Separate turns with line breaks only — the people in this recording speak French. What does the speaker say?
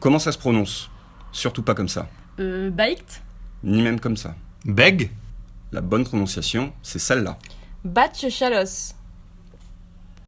Comment ça se prononce Surtout pas comme ça.
Euh, Biked
Ni même comme ça.
Beg
La bonne prononciation, c'est celle-là.
Batch chalos.